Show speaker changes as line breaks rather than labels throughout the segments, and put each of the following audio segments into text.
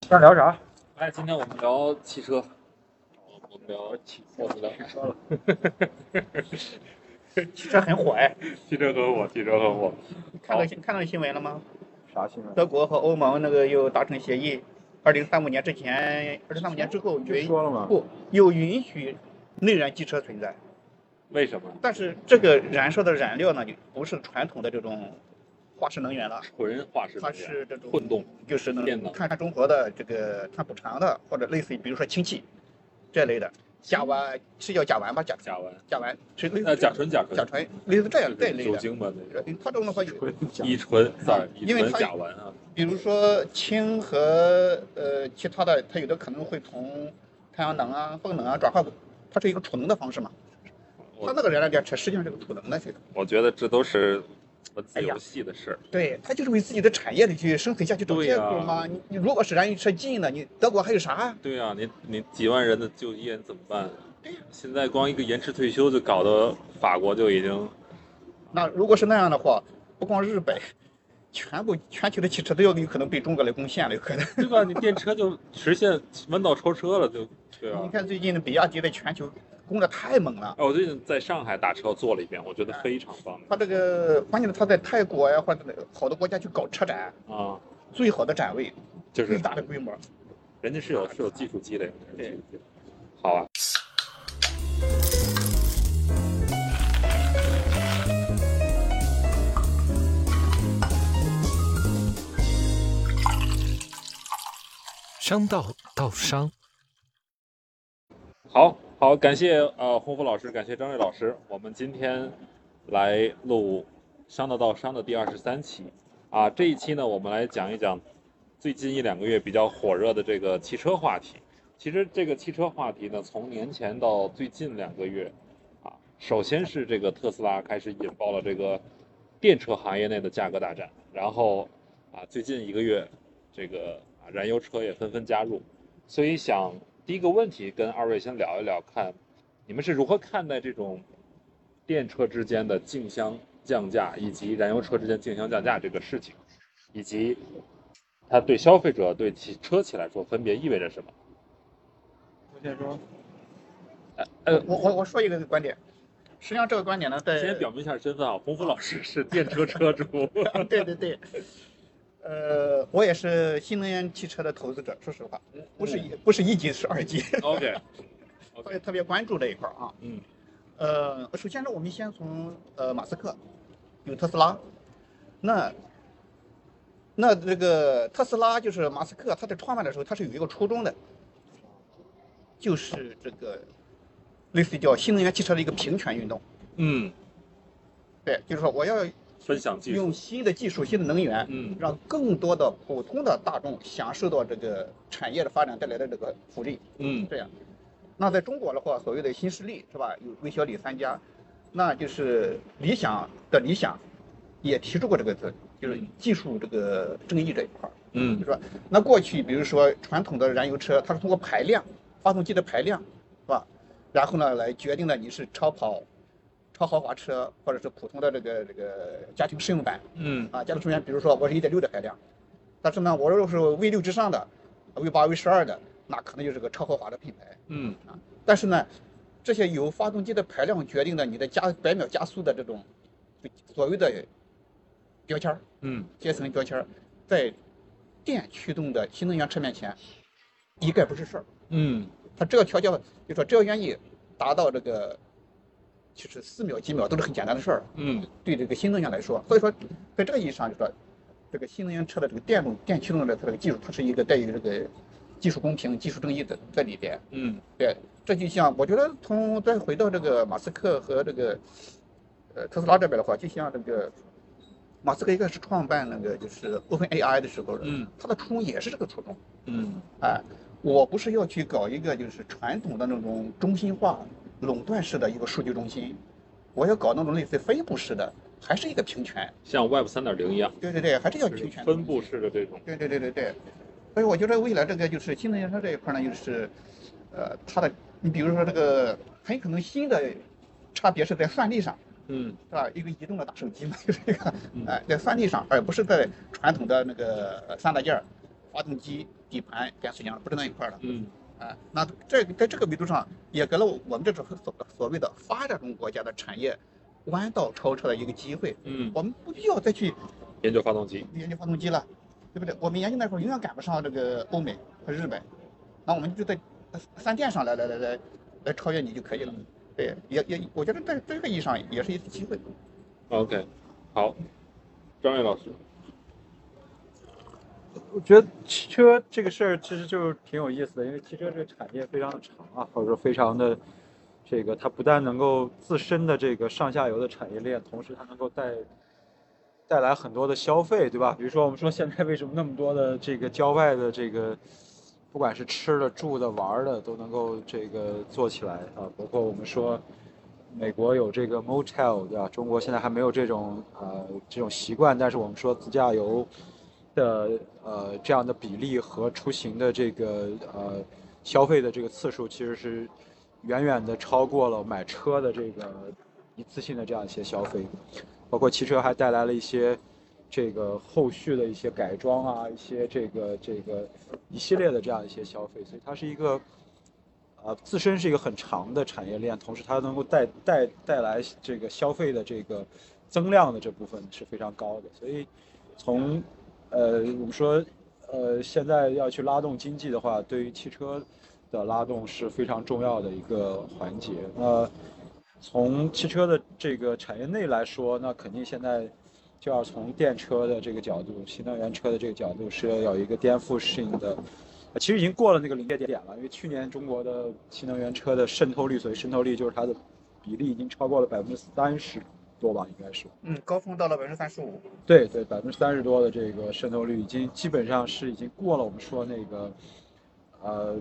今儿聊啥？
哎，今天我们聊汽车，我们聊汽，我们聊汽车了。
汽车很火哎，
汽车和我，汽车和我，
看到新看到新闻了吗？
啥新闻？
德国和欧盟那个又达成协议，二零三五年之前，二零三五年之后
就
允
说了嘛，
不又允许内燃机车存在，
为什么？
但是这个燃烧的燃料呢，就不是传统的这种化石能源了，
纯化石
它
能源，
是这种
混动，
就是那
电脑
种看看中国的这个碳补偿的，或者类似于比如说氢气这类的，甲烷是叫甲烷吧？甲
甲烷，
甲烷是类似
呃，
于
甲醇，甲醇
甲，醇类似这样这
就是
类
酒
的。
精嘛那种，
它这种的话有
乙醇，sorry，乙
因为
醇
它
甲烷啊，
比如说氢和呃其他的，它有的可能会从太阳能啊、风能啊转化，它是一个储能的方式嘛。
我
它那个燃料电池实际上是个储能的这个，
我觉得这都是文字
哎呀
游戏的事儿。
对，它就是为自己的产业里去生存下去找
对
借
呀
口嘛。你你如果是燃油车禁了，你德国还有啥？
对啊，你你几万人的就业你怎么办？现在光一个延迟退休就搞得法国就已经
那如果是那样的话，不光日本，全部全球的汽车都要有可能被中国来攻陷了，有可能。
对吧？你电车就实现弯道超车了，就对啊
你。看最近的比亚迪在全球攻的太猛了。
哎，我最近在上海打车坐了一遍，我觉得非常棒
它这个关键是它在泰国呀、或者好多国家去搞车展，
啊，
最好的展位，
就
最
是
大的规模。
人家是有是有技术积累的，
对
技术积累，好啊。
商道道商，
好好，感谢呃洪福老师，感谢张瑞老师，我们今天来录《商道道商》的第二十三期啊，这一期呢，我们来讲一讲最近一两个月比较火热的这个汽车话题。其实这个汽车话题呢，从年前到最近两个月啊，首先是这个特斯拉开始引爆了这个电车行业内的价格大战，然后啊，最近一个月这个啊燃油车也纷纷加入，所以想第一个问题跟二位先聊一聊，看你们是如何看待这种电车之间的竞相降价，以及燃油车之间竞相降价这个事情，以及它对消费者、对汽车企来说分别意味着什么？
我先说，
呃，
我我我说一个观点，实际上这个观点呢，在
先表明一下身份啊，洪福老师是电车车 主，
对对对，呃，我也是新能源汽车的投资者，说实话，
嗯
不是一不是一级是二级，
OK，
我也特别关注这一块儿啊。
嗯，
呃，首先呢，我们先从呃马斯克有特斯拉，那那这个特斯拉就是马斯克他在创办的时候，他是有一个初衷的，就是这个类似于叫新能源汽车的一个平权运动。
嗯，
对，就是说我要
分享技术，
用新的技术、新的能源，
嗯
让更多的普通的大众享受到这个产业的发展带来的这个福利。
嗯
这样，那在中国的话，所谓的新势力是吧？有魏小李三家，那就是理想的理想，也提出过这个字，就是
嗯
技术这个争议这一块儿。就
嗯
是说，那过去比如说传统的燃油车，它是通过排量，发动机的排量，是吧？然后呢，来决定了你是超跑、超豪华车，或者是普通的这个这个家庭适用版
嗯
啊。家庭适用版，比如说我是一点六的排量，但是呢，我如果是 V 六之上的，V 八、V 十二的，那可能就是个超豪华的品牌。
嗯
但是呢，这些由发动机的排量决定的你的加百秒加速的这种所谓的标签儿，
嗯，
阶层标签儿，在电驱动的新能源车面前一概不是事儿。
嗯
它只要调教，就说只要愿意达到这个，就是四秒几秒都是很简单的事儿。
嗯
对这个新能源来说，所以说在这个意义上就说，这个新能源车的这个电动电驱动的它这个技术，它是一个带有这个技术公平、技术正义的在里边。
嗯
对，这就像我觉得从再回到这个马斯克和这个呃特斯拉这边的话，就像这个马斯克一开始创办那个就是 Open AI 的时候，
嗯，
他的初衷也是这个初衷，
嗯
哎，我不是要去搞一个就是传统的那种中心化垄断式的一个数据中心，我要搞那种类似分布式的，还是一个平权，
像 Web 三点零一样，
对对对，还是要
就是
平权
分布式的这种，
对对对对对，所以我觉得未来这个就是新能源车这一块呢，就是，呃，它的你比如说这个很可能新的差别是在算力上，
嗯
是吧？一个移动的大手机嘛， 就是这个
嗯，
哎、在算力上，而不是在传统的那个呃三大件儿，发动机、底盘、变速箱不是那一块儿的。
嗯
啊，那这个在这个维度上，也给了我们这种所所谓的发展中国家的产业弯道超车的一个机会。
嗯，
我们不必要再去
研究发动机，
研究发动机了，对不对？我们研究那时候永远赶不上这个欧美和日本，那我们就在三电上来来来来来超越你就可以了。对，也也，我觉得在在这个意义上也是一次机会。
OK，好，张悦老师，
我觉得汽车这个事儿其实就是挺有意思的，因为汽车这个产业非常的长啊，或者说非常的这个，它不但能够自身的这个上下游的产业链，同时它能够带带来很多的消费，对吧？比如说我们说现在为什么那么多的这个郊外的这个，不管是吃的、住的、玩儿的，都能够这个做起来啊，包括我们说。美国有这个 motel，对吧？中国现在还没有这种呃这种习惯，但是我们说自驾游，的呃这样的比例和出行的这个呃消费的这个次数，其实是远远的超过了买车的这个一次性的这样一些消费，包括汽车还带来了一些这个后续的一些改装啊，一些这个这个一系列的这样一些消费，所以它是一个。呃，自身是一个很长的产业链，同时它能够带带带来这个消费的这个增量的这部分是非常高的，所以从呃，我们说，呃，现在要去拉动经济的话，对于汽车的拉动是非常重要的一个环节。那从汽车的这个产业内来说，那肯定现在就要从电车的这个角度、新能源车的这个角度是要有一个颠覆性的。呃其实已经过了那个临界点了，因为去年中国的新能源车的渗透率，所谓渗透率就是它的比例已经超过了百分之三十多吧，应该是。
嗯，高峰到了百分之三十五。
对对，百分之三十多的这个渗透率已经基本上是已经过了我们说那个，呃，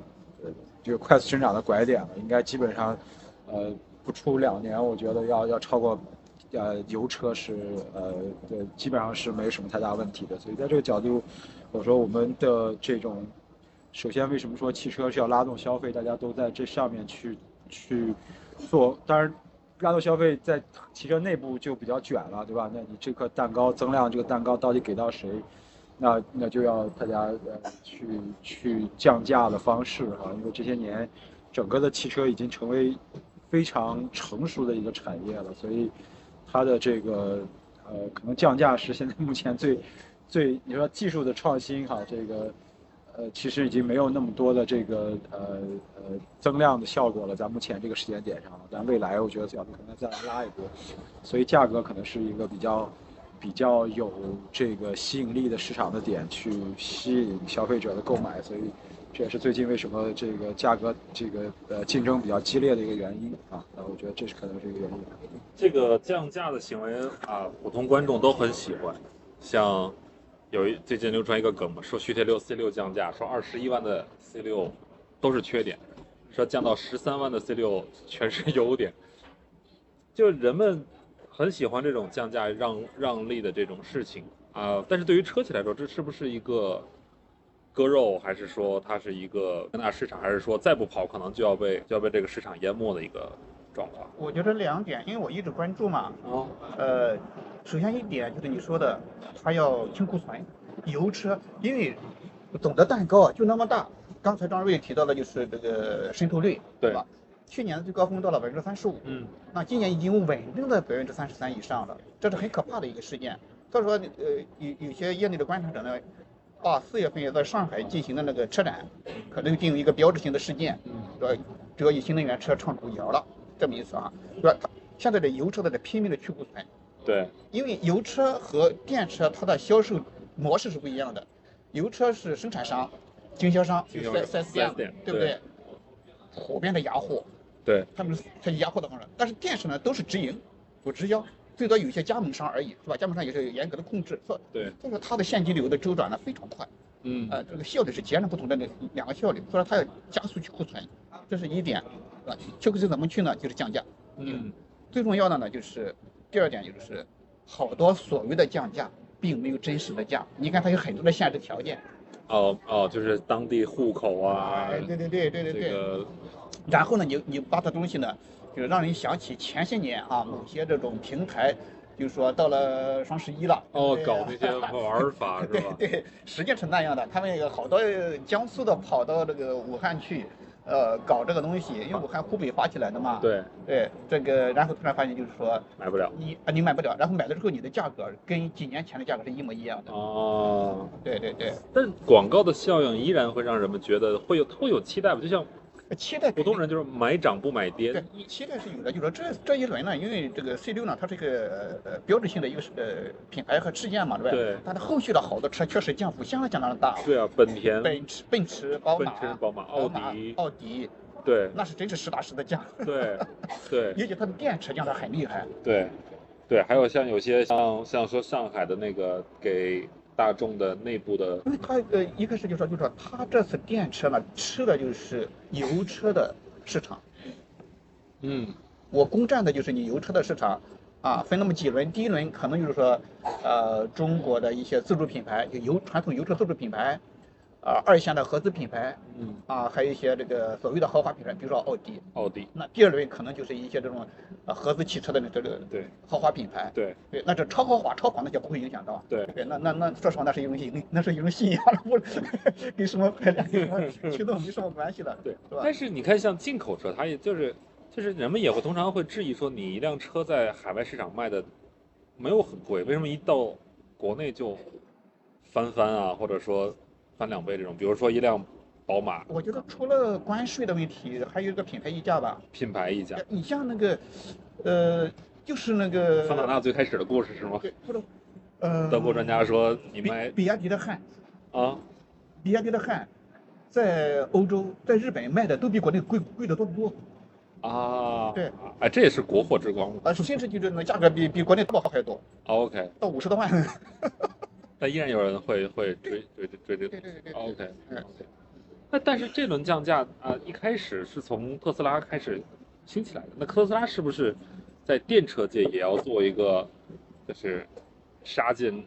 呃这个快速增长的拐点了，应该基本上，呃，不出两年，我觉得要要超过，呃，油车是呃，对，基本上是没什么太大问题的。所以在这个角度，我说我们的这种，首先为什么说汽车是要拉动消费，大家都在这上面去去做，当然。拉动消费在汽车内部就比较卷了，对吧？那你这颗蛋糕增量，这个蛋糕到底给到谁？那那就要大家呃去去降价的方式啊，因为这些年整个的汽车已经成为非常成熟的一个产业了，所以它的这个呃可能降价是现在目前最最你说技术的创新哈、这个呃其实已经没有那么多的这个呃呃增量的效果了，在目前这个时间点上，但未来我觉得要可能再来拉一波，所以价格可能是一个比较比较有这个吸引力的市场的点去吸引消费者的购买，所以这也是最近为什么这个价格这个呃竞争比较激烈的一个原因啊。呃，我觉得这是可能是一个原因。
这个降价的行为啊，普通观众都很喜欢。像有一最近流传一个梗嘛，说雪铁六 C 六降价，说二十一万的 C 六都是缺点，说降到十三万的 C 六全是优点。就人们很喜欢这种降价让让利的这种事情啊，但是对于车企来说，这是不是一个割肉，还是说它是一个跟大市场，还是说再不跑可能就要被就要被这个市场淹没的一个状况？
我觉得两点，因为我一直关注嘛，
哦，
呃，首先一点就是你说的，它要清库存，油车，因为总的蛋糕啊就那么大。刚才张瑞提到的就是这个渗透率，
对
吧？去年的最高峰到了百分之三十五，
嗯。
那今年已经稳定在百分之三十三以上了，这是很可怕的一个事件。所以说，呃，有有些业内的观察者呢，把四月份也在上海进行的那个车展，可能进入一个标志性的事件，说只要以新能源车唱主角了，这么意思啊，对吧？它现在的油车在这拼命的去库存，
对，
因为油车和电车它的销售模式是不一样的，油车是生产商、经销商、
经
有
销
四
商
S 店，
4S 店
对不
对
对？普遍的压货，
对，
他们是它压货的方式，但是电车呢都是直营，有直销，最多有一些加盟商而已，是吧？加盟商也是有严格的控制，所以
对，
所以说它的现金流的周转呢非常快，
嗯，
呃，这个效率是截然不同的那两个效率，所以说它要加速去库存，这是一点，啊，去库存怎么去呢？就是降价，
嗯，
最重要的呢，就是第二点，就是好多所谓的降价，并没有真实的降。你看，它有很多的限制条件。
哦哦，就是当地户口啊，
哎，对对对对对
这
对。
个，
然后呢，你你把这东西呢，就让人想起前些年啊，某些这种平台就是说到了双十一了，
哦，
对不对
搞那 些啊玩法是吧？
对，实践成那样的，他们有好多江苏的跑到这个武汉去，呃，搞这个东西，因为武汉湖北发起来的嘛。
对，
对，这个然后突然发现就是说
买不了。
你啊你买不了，然后买了之后你的价格跟几年前的价格是一模一样的。
哦，
对对对，
但广告的效应依然会让人们觉得会有会有期待吧，就像
期待
普通人就是买涨不买跌
对，期待是有的，就是说这这一轮呢，因为这个 C 六呢，它是一个呃标志性的一个呃品牌和事件嘛，对吧？啊
对
但它后续的好多车确实降幅相当相当的大。
对啊，本田、
奔驰、奔驰、宝
奔
马、
驰、宝马、奥
宝马哦
迪，
奥迪，
对
那是真是实打实的降，
对 对
尤其它的电池降的很厉害。
对对，还有像有些像像说上海的那个给大众的内部的，
因为它呃，一个是就是说，就是说它这次电车呢，吃的就是油车的市场。
嗯
我攻占的就是你油车的市场，啊，分那么几轮。第一轮可能就是说，呃，中国的一些自主品牌，就油传统油车自主品牌，啊，二线的合资品牌，
嗯，
啊，还有一些这个所谓的豪华品牌，比如说奥迪。
奥迪，
那第二轮可能就是一些这种，呃，合资汽车的这个
对
豪华品牌。
对
对，那这超豪华、超狂那些不会影响到。
对
对，那那那说实话，那是一种信，那是一种信仰了，不跟什么排量、跟什么驱动没什么关系了，
对
是吧？
但是你看像进口车，它也就是就是人们也会通常会质疑说，你一辆车在海外市场卖的没有很贵，为什么一到国内就翻番啊，或者说翻两倍这种？比如说一辆宝马
我觉得除了关税的问题，还有一个品牌溢价吧。
品牌溢价，
你像那个，呃，就是那个
桑塔纳最开始的故事是吗？
对，或者呃，
德国专家说你
比
卖
比亚迪的汉，
啊，
比亚迪的汉，在欧洲、在日本卖的都比国内贵贵得多得多，
啊，
对，
哎，这也是国货之光。啊
呃，甚至就是那价格比比国内淘宝还多，
OK，
到五十多万。
但依然有人会会追追追追
对
这个。
对对
OK
嗯
OK。那但是这轮降价啊、一开始是从特斯拉开始兴起来的。那特斯拉是不是在电车界也要做一个，就是杀进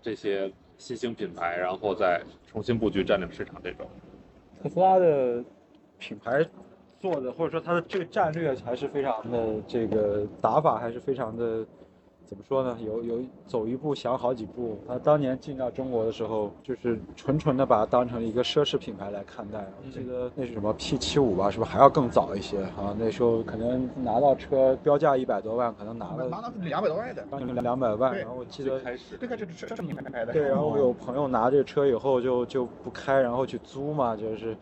这些新兴品牌，然后再重新布局占领市场这种？
特斯拉的品牌做的，或者说它的这个战略还是非常的这个打法还是非常的怎么说呢？有有走一步想好几步。它当年进到中国的时候，就是纯纯的把它当成一个奢侈品牌来看待。
嗯
我记得那是什么 P 7 5吧，是不是还要更早一些啊？那时候可能拿到车标价一百多万，可能拿
拿
了
到两百多万的，
将近两百万。
对
然后我记
嗯最
得
开始
这个这这这你们买的？
对，然后有朋友拿这车以后就就不开，然后去租嘛，就是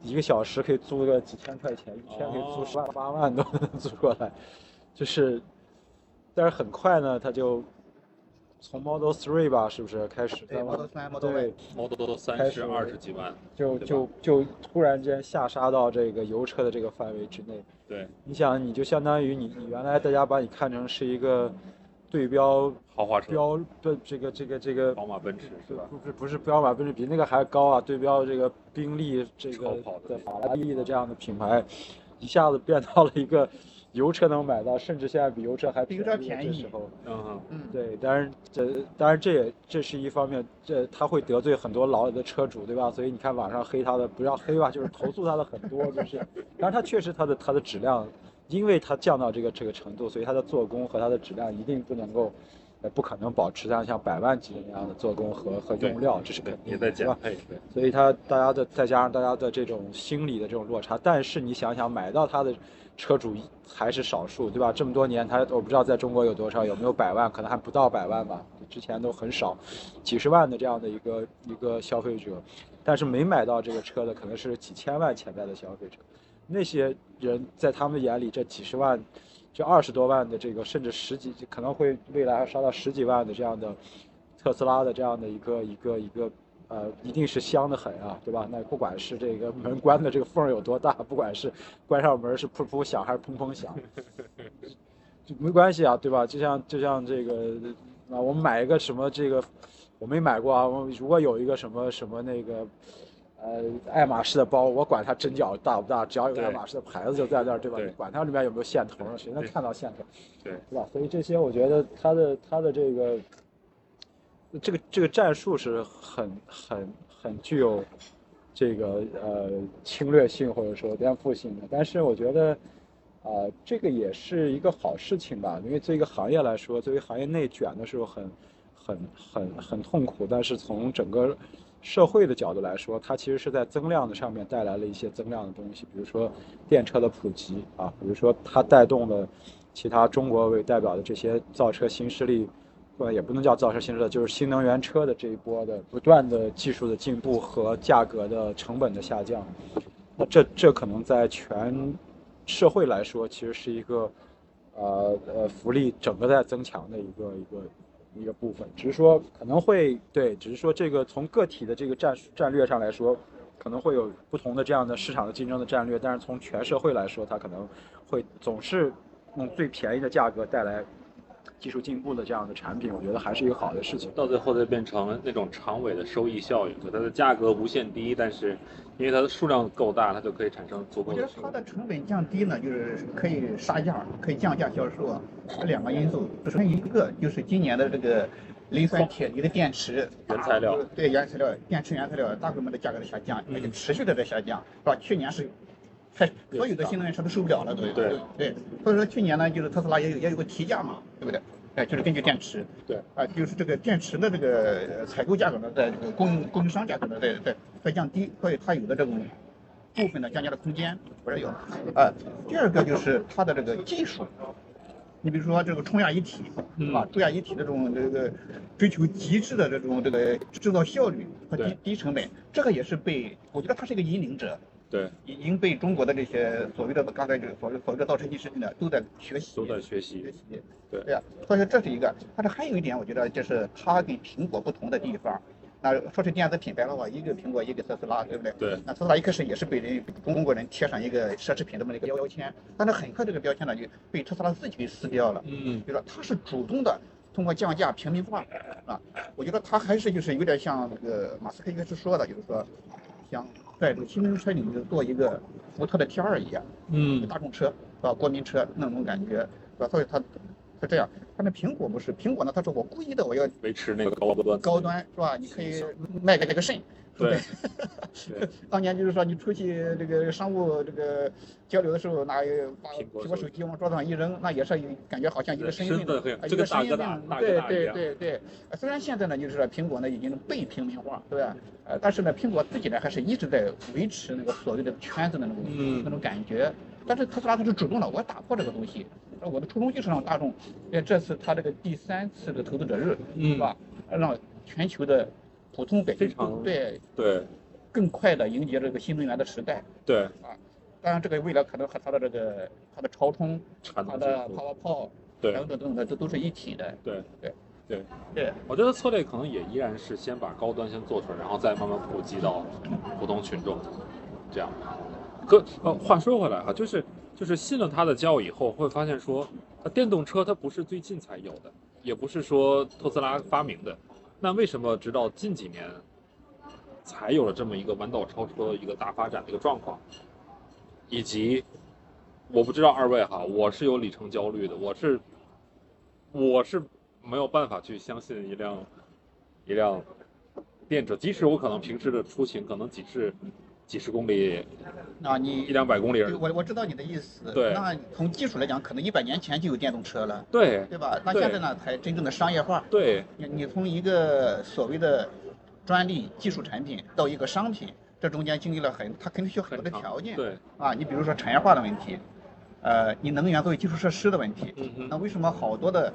一个小时可以租个几千块钱，一天可以租十万八万都能租过来，就是，但是很快呢，他就从 Model Three 吧，是不是开始
对
再往
，Model 三、Model
对
Y，，
Model
开
三
始
十二十几万，对
就
吧
就就突然间下杀到这个油车的这个范围之内。
对，
你想，你就相当于你你原来大家把你看成是一个对标
豪华车，
标的这个这个这个
宝马、奔驰是吧？
不是不是彪马，奔驰比那个还高啊！对标这个宾利、这
超
个
跑的那
的法拉利的这样的品牌，一下子变到了一个油车能买到，甚至现在比油车还
比油车
便宜
便
的
宜
时候，
嗯哼，
嗯，
对，当然这当然这也这是一方面，这他会得罪很多老有的车主，对吧？所以你看网上黑他的不要黑吧，就是投诉他的很多，就是，但是他确实他的他的质量，因为他降到这个这个程度，所以他的做工和他的质量一定不能够，呃，不可能保持像像百万级的那样的做工和和用料，这是肯
对，
定
也
的，
在
对
减
吧？
配，对，
所以他大家的再加上大家的这种心理的这种落差，但是你想想，买到它的车主还是少数，对吧？这么多年，他我不知道在中国有多少，有没有百万，可能还不到百万吧，之前都很少，几十万的这样的一个一个消费者，但是没买到这个车的可能是几千万潜在的消费者，那些人在他们眼里这几十万。这二十多万的这个，甚至十几，可能会未来还烧到十几万的这样的特斯拉的这样的一个一个一个呃，一定是香的很啊，对吧？那不管是这个门关的这个缝儿有多大，不管是关上门是噗噗响还是砰砰响，就没关系啊，对吧？就像就像这个，啊，我们买一个什么这个，我没买过啊。我如果有一个什么什么那个，呃，爱马仕的包，我管它针脚大不大，只要有
对
爱马仕的牌子就在那儿，对吧？
对
你管它里面有没有线头儿，谁能
对
啊看到线头儿？
对
对吧？所以这些我觉得它的它的这个。这个这个战术是很很很具有这个呃侵略性或者说颠覆性的，但是我觉得啊、这个也是一个好事情吧，因为作为一个行业来说，作为行业内卷的时候很、很、很、很痛苦，但是从整个社会的角度来说，它其实是在增量的上面带来了一些增量的东西，比如说电车的普及啊，比如说它带动了其他中国为代表的这些造车新势力，或者也不能叫造车新势力，就是新能源车的这一波的不断的技术的进步和价格的成本的下降。那这这可能在全社会来说，其实是一个呃呃福利整个在增强的一个一个一个部分。只是说可能会对，只是说这个从个体的这个战术战略上来说，可能会有不同的这样的市场的竞争的战略，但是从全社会来说，它可能会总是用最便宜的价格带来技术进步的这样的产品，我觉得还是一个好的事情。
到最后再变成那种长尾的收益效应，就它的价格无限低，但是因为它的数量够大，它就可以产生足
我
够
觉
的
得
收益
它。的成本降低呢，就是可以杀价，可以降价销售啊，这两个因素。首先一个就是今年的这个磷酸铁锂的电池
原材料，
对原材料，电池原材料大规模的价格的下降，
嗯
而且持续的在下降，是吧？去年是。太所有的新能源车都受不了了，对
对
对，所以说去年呢，就是特斯拉也有也有个提价嘛，对不对？哎，就是根据电池，
对
啊、就是这个电池的这个呃采购价格呢，在这个供应供应商价格呢，在在在降低，所以它有的这种部分的降价的空间不是有，呃，第二个就是它的这个技术，你比如说这个冲压一体，
嗯
是吧？冲压一体这种这个追求极致的这种这个制造效率和低
对
低成本，这个也是被我觉得它是一个引领者，
对，
已经被中国的这些所谓的刚才这个所谓所谓的造车新势力呢都在学习，
都在学习
学。习，
对
对呀、所以说这是一个，但是还有一点，我觉得就是它跟苹果不同的地方。那说是电子品牌的话，一个苹果，一个特斯拉，对不对？
对
那特斯拉一开始也是被人中国人贴上一个奢侈品这么一个标签，但是很快这个标签呢就被特斯拉自己给撕掉了。
嗯，
就说它是主动的通过降价平民化啊，我觉得它还是就是有点像这个马斯克应该是说的，就是说想在这个新能源车里面做一个福特的 T 二一样。
嗯，
大众车是吧？国民车那种感觉是吧？所以它它这样，但是苹果不是，苹果呢，它说我故意的，我要
维持那个高端。
高端是吧？你可以卖给那个肾。
对，
当年就是说你出去这个商务这个交流的时候，拿把
苹果
苹果
手
手机往桌子上一扔，那也是有感觉好像一个
对
身
身
份
份
的
很有
啊
就
一
跟
个
大
身
哥
份
大
证
大哥
对
大一
对
样
对对。呃虽然现在呢，就是说苹果呢已经被平民化，对吧？
嗯
呃，但是呢，苹果自己呢还是一直在维持那个所谓的圈子的那种、
嗯
那种感觉。但是特斯拉它是主动的，我打破这个东西，呃我的初衷就是让大众，呃，这次它这个第三次的投资者日，
嗯
是吧？让全球的普通百姓
非常
对
嗯对
更快的迎接这个新能源的时代。
对，
当然，这个未来可能和它的这个它的超充、
产
它
能
的
结
Power Pole
对
等等等等的，这都是一体的。
对
对
对，
对，
我觉得策略可能也依然是先把高端先做出来，然后再慢慢普及到普通群众，这样。可呃，话说回来哈，就是就是信了他的教以后，会发现说，呃，电动车它不是最近才有的，也不是说特斯拉发明的，那为什么直到近几年才有了这么一个弯道超车一个大发展的一个状况，以及我不知道二位哈，我是有里程焦虑的，我是我是没有办法去相信一辆一辆电车，即使我可能平时的出行可能几十几十公里、
那你
一两百公里而
对
已，
我我知道你的意思。
对
那从技术来讲，可能一百年前就有电动车了，
对
对吧？那
对
现在呢，才真正的商业化。
对
你你从一个所谓的专利技术产品到一个商品，这中间经历了很，它肯定需要很多的
很长
条件。
对，
啊，你比如说产业化的问题，呃，你能源作为基础设施的问题。
嗯
那
哼，
为什么好多的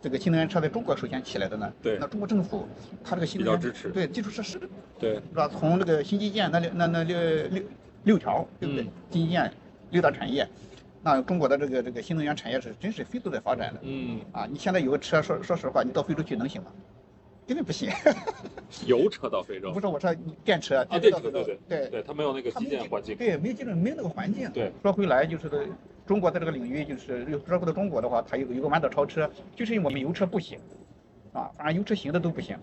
这个新能源车在中国首先起来的呢？
对
那中国政府它这个新能源
比较支持
对基础设施
对
是吧？从这个新基建那六那那六六六条，对不对？
嗯
新基建六大产业，那中国的这个这个新能源产业是真是飞速在发展的
嗯，
啊！你现在有个车，说说实话，你到非洲去能行吗？根本不行。
油车到非洲
不，是我说你电车，
啊
电
电
车
车
到非
对对
洲对
对，它没有那个
它
基
没
建
这
环境，
对，没有这种没有那个环境。
对，
说回来就是中国在这个领域，就是说回到中国的话，它有有个弯道超车，就是因为我们油车不行，啊，反正油车行的都不行，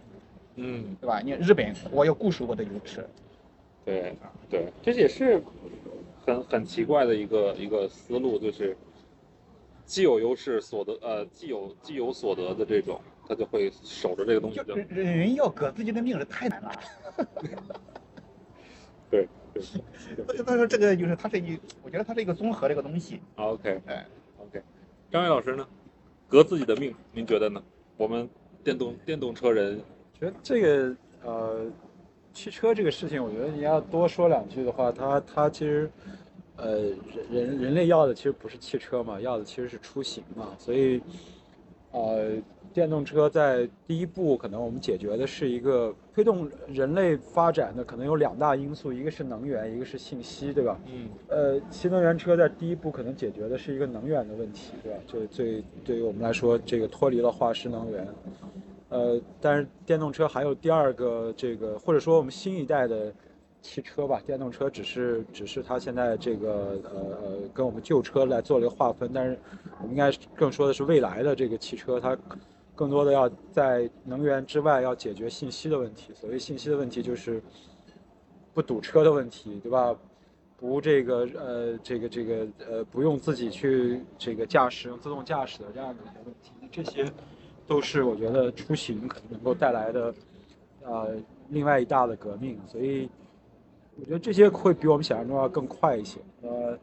嗯，
对吧？你看日本，我要固守我的油车，
对对，这也是很很奇怪的一个一个思路，就是既有优势所得，呃，既有既有所得的这种，他就会守着这个东西
就
就
人人要革自己的命是太难了。
对，
所以所以说这个就是它是一，我觉得它是一个综合的一个东西。
OK，
哎
，OK，张伟老师呢？革自己的命，您觉得呢？我们电动电动车人，
觉得这个呃，汽车这个事情，我觉得你要多说两句的话，它它其实呃，人人人类要的其实不是汽车嘛，要的其实是出行嘛，所以呃，电动车在第一步可能我们解决的是一个推动人类发展的可能有两大因素，一个是能源，一个是信息，对吧？
嗯，
呃，新能源车在第一步可能解决的是一个能源的问题，对吧？这对对于我们来说，这个脱离了化石能源，呃，但是电动车还有第二个这个，或者说我们新一代的汽车吧，电动车只是只是它现在这个呃呃跟我们旧车来做了一个划分，但是我们应该更说的是未来的这个汽车，它更多的要在能源之外要解决信息的问题。所谓信息的问题就是不堵车的问题，对吧？不这个呃这个这个呃不用自己去这个驾驶用自动驾驶的这样的一些问题，这些都是我觉得出行可能能够带来的呃另外一大的革命，所以我觉得这些会比我们想象中要更快一些。呃，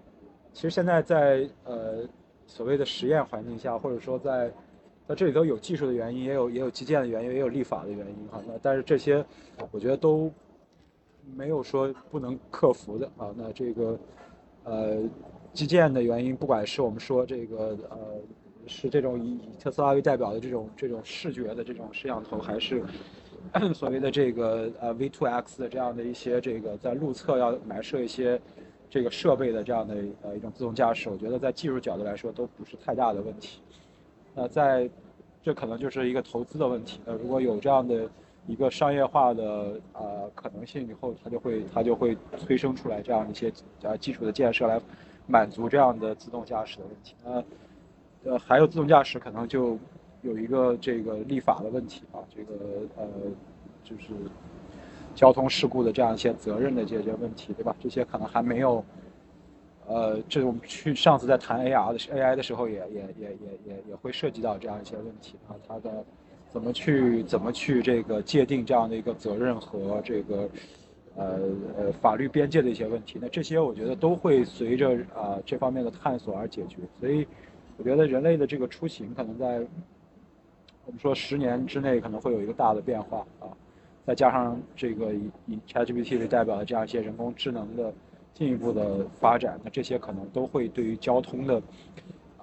其实现在在呃所谓的实验环境下，或者说在在这里头有技术的原因，也有也有基建的原因，也有立法的原因哈。那但是这些我觉得都没有说不能克服的啊。那这个呃，基建的原因，不管是我们说这个呃，是这种以以特斯拉为代表的这种这种视觉的这种摄像头，还是 所谓的这个呃 V2X 的这样的一些这个在路侧要埋设一些这个设备的这样的呃一种自动驾驶，我觉得在技术角度来说都不是太大的问题。那在这可能就是一个投资的问题。那如果有这样的一个商业化的呃可能性以后，它就会它就会催生出来这样一些呃基础的建设来满足这样的自动驾驶的问题。那呃还有自动驾驶可能就有一个这个立法的问题啊，这个呃就是交通事故的这样一些责任的解决问题，对吧？这些可能还没有。呃，这我们去上次在谈 AR 的时 AI 的时候也，也也也也也会涉及到这样一些问题啊，它的怎么去怎么去这个界定这样的一个责任和这个呃呃法律边界的一些问题，那这些我觉得都会随着啊、这方面的探索而解决，所以我觉得人类的这个出行可能在我们说十年之内可能会有一个大的变化啊，再加上这个以以 ChatGPT 为代表的这样一些人工智能的进一步的发展，那这些可能都会对于交通的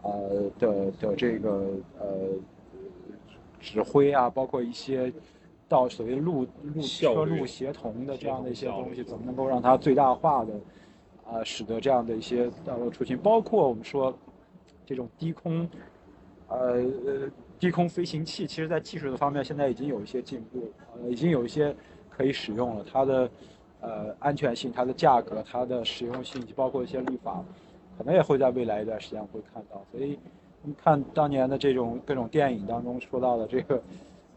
呃的的这个呃指挥啊，包括一些到所谓路路
效
车
率
路协同的这样的一些
协同效率
东西，怎么能够让它最大化的啊、使得这样的一些道路出行，包括我们说这种低空呃呃低空飞行器，其实在技术的方面现在已经有一些进步，呃，已经有一些可以使用了。它的呃安全性、它的价格、它的实用性，以及包括一些立法，可能也会在未来一段时间会看到。所以我们看当年的这种各种电影当中说到的这个。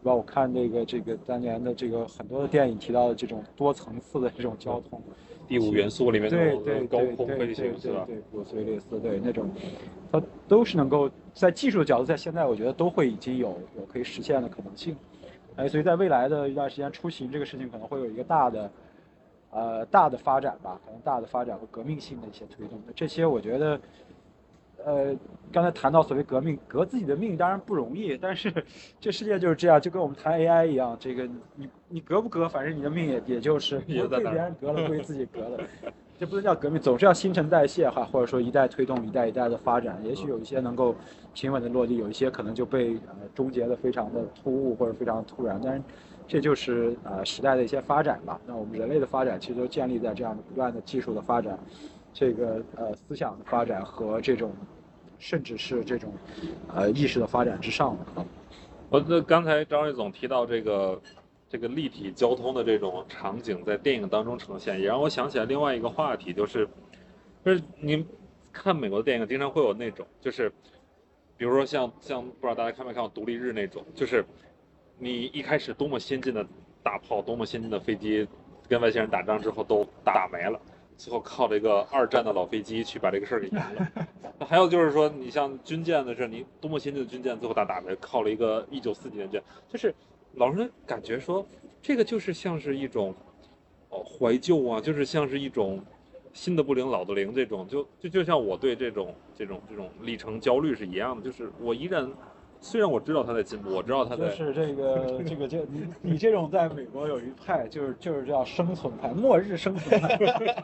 对吧？我看这个这个当年的这个很多的电影提到的这种多层次的这种交通，
第五元素里面
对
的
对
嗯高
对
空
对
飞
对
行是吧？
对，骨髓类似对那种，它都是能够在技术角度，在现在我觉得都会已经有有可以实现的可能性，哎，所以在未来的一段时间，出行这个事情可能会有一个大的，呃，大的发展吧，可能大的发展和革命性的一些推动，这些我觉得。呃，刚才谈到所谓革命，革自己的命当然不容易，但是这世界就是这样，就跟我们谈 AI 一样，这个你你革不革，反正你的命也也就是不
也
会
在
被
那儿
别人革了，不会自己革了。这不能叫革命，总是要新陈代谢哈，或者说一代推动一代一代的发展。也许有一些能够平稳的落地，有一些可能就被呃终结的非常的突兀或者非常突然。但是这就是呃时代的一些发展吧。那我们人类的发展其实都建立在这样的不断的技术的发展，这个呃思想的发展和这种甚至是这种呃意识的发展之上的啊。
我这刚才张瑞总提到这个这个立体交通的这种场景在电影当中呈现，也让我想起来另外一个话题，就是就是您看美国的电影经常会有那种，就是比如说像像不知道大家看没看过《独立日》那种，就是你一开始多么先进的大炮，多么先进的飞机，跟外星人打仗之后都打没了。最后靠这个二战的老飞机去把这个事儿给赢了，那还有就是说，你像军舰的事，你多么先进的军舰，最后打打的靠了一个一九四几年舰，就是老人感觉说，这个就是像是一种呃怀旧啊，就是像是一种新的不灵，老的灵这种，就就就像我对这种这种这种里程焦虑是一样的，就是我依然虽然我知道它在进步，我知道它
就
在
是这个这个就你你这种在美国有一派，就是就是叫生存派，末日生存派，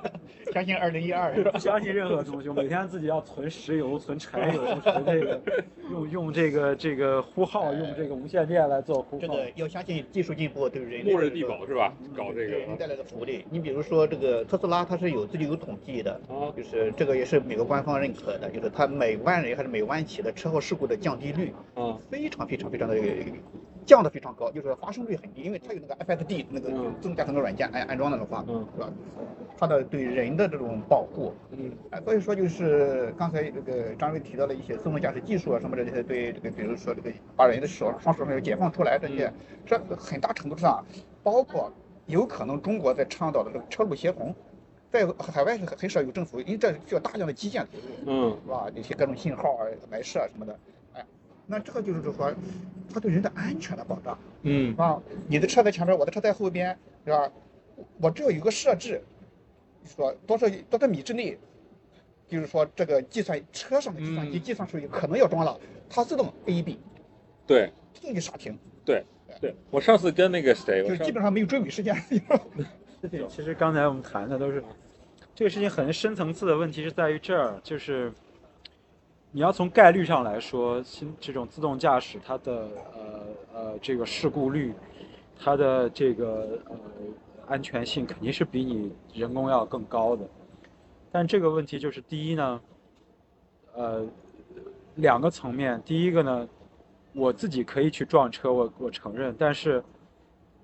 相信二零一二是吧？
不相信任何东西，每天自己要存石油、存柴油、存这个用用这个这个呼号，用这个无线电来做呼
这
号。
个要相信技术进步对人类
末日
的
地
这个
堡是吧？搞这
对人
个啊
带来的福利。你比如说这个特斯拉，它是有自己有统计的，
啊，
就是这个也是美国官方认可的，就是它每万人还是每万起的车祸事故的降低率
啊
非常非常非常的呃降的非常高，就是发生率很低，因为它有那个 FSD 那个
嗯
自动驾驶那个软件安安装的话，
嗯
是吧？它的对人的这种保护，
嗯
啊，所以说就是刚才这个张瑞提到了一些自动驾驶技术啊什么的，这些对这个比如说这个把人的手双手有解放出来这些，
嗯
这很大程度上包括有可能中国在倡导的这个车路协同，在海外是很很少有政府，因为这需要大量的基建投入。
嗯
是吧？有些各种信号啊、埋设啊什么的，哎，那这个就是说，它对人的安全的保障，
嗯
是，吧？你的车在前面，我的车在后边，是吧？我只有一个设置，说多少多少米之内，就是说这个计算车上的计算机
嗯
计算数据可能要装了，它自动 AEB
对
自动就刹停，
对，我上次跟那个谁，
就
我
是
上
基本上没有追尾事件。
事情其实刚才我们谈的都是这个事情很深层次的问题是在于这儿，就是你要从概率上来说，新这种自动驾驶它的呃呃这个事故率，它的这个呃安全性肯定是比你人工要更高的。但这个问题就是第一呢，呃两个层面，第一个呢，我自己可以去撞车，我我承认，但是。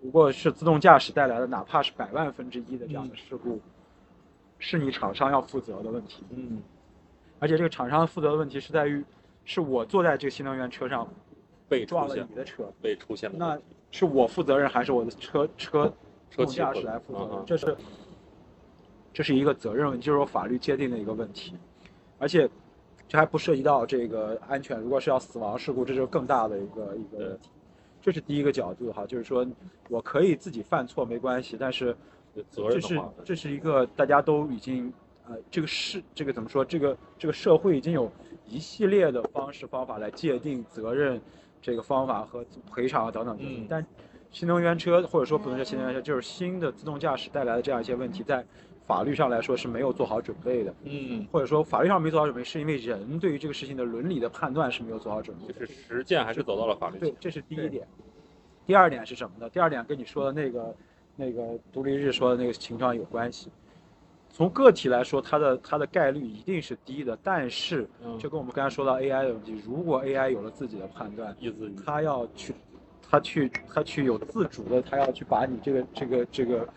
如果是自动驾驶带来的，哪怕是百万分之一的这样的事故，是你厂商要负责的问题。
嗯
而且这个厂商负责的问题是在于，是我坐在这个新能源车上
被出
撞了
现
你的车，
被出现
那
的
是我负责任还是我的车车
车
自动
企
驾
负
驶
责
来负责
嗯
任
嗯？
这是这是一个责任问题，就是说法律界定的一个问题。而且这还不涉及到这个安全，如果是要死亡事故，这就是更大的一个一个
对
问题。这是第一个角度哈，就是说我可以自己犯错没关系，但是
责任
这
的
是
话，
这是一个大家都已经呃，这个是这个怎么说？这个这个社会已经有一系列的方式方法来界定责任这个方法和赔偿啊等等等等。
嗯
但新能源车或者说不能叫新能源车，就是新的自动驾驶带来的这样一些问题，在法律上来说是没有做好准备的，
嗯，
或者说法律上没做好准备，是因为人对于这个事情的伦理的判断是没有做好准备
就
的。
是实践还是走到了法律
对
前，
这是第一
对
点。第二点是什么呢？第二点跟你说的那个那个独立日说的那个情况有关系。从个体来说，它的它的概率一定是低的，但是
嗯
就跟我们刚才说到 AI 的问题，如果 AI 有了自己的判断，
意思
它要去，它去，它去有自主的，它要去把你这个这个这个，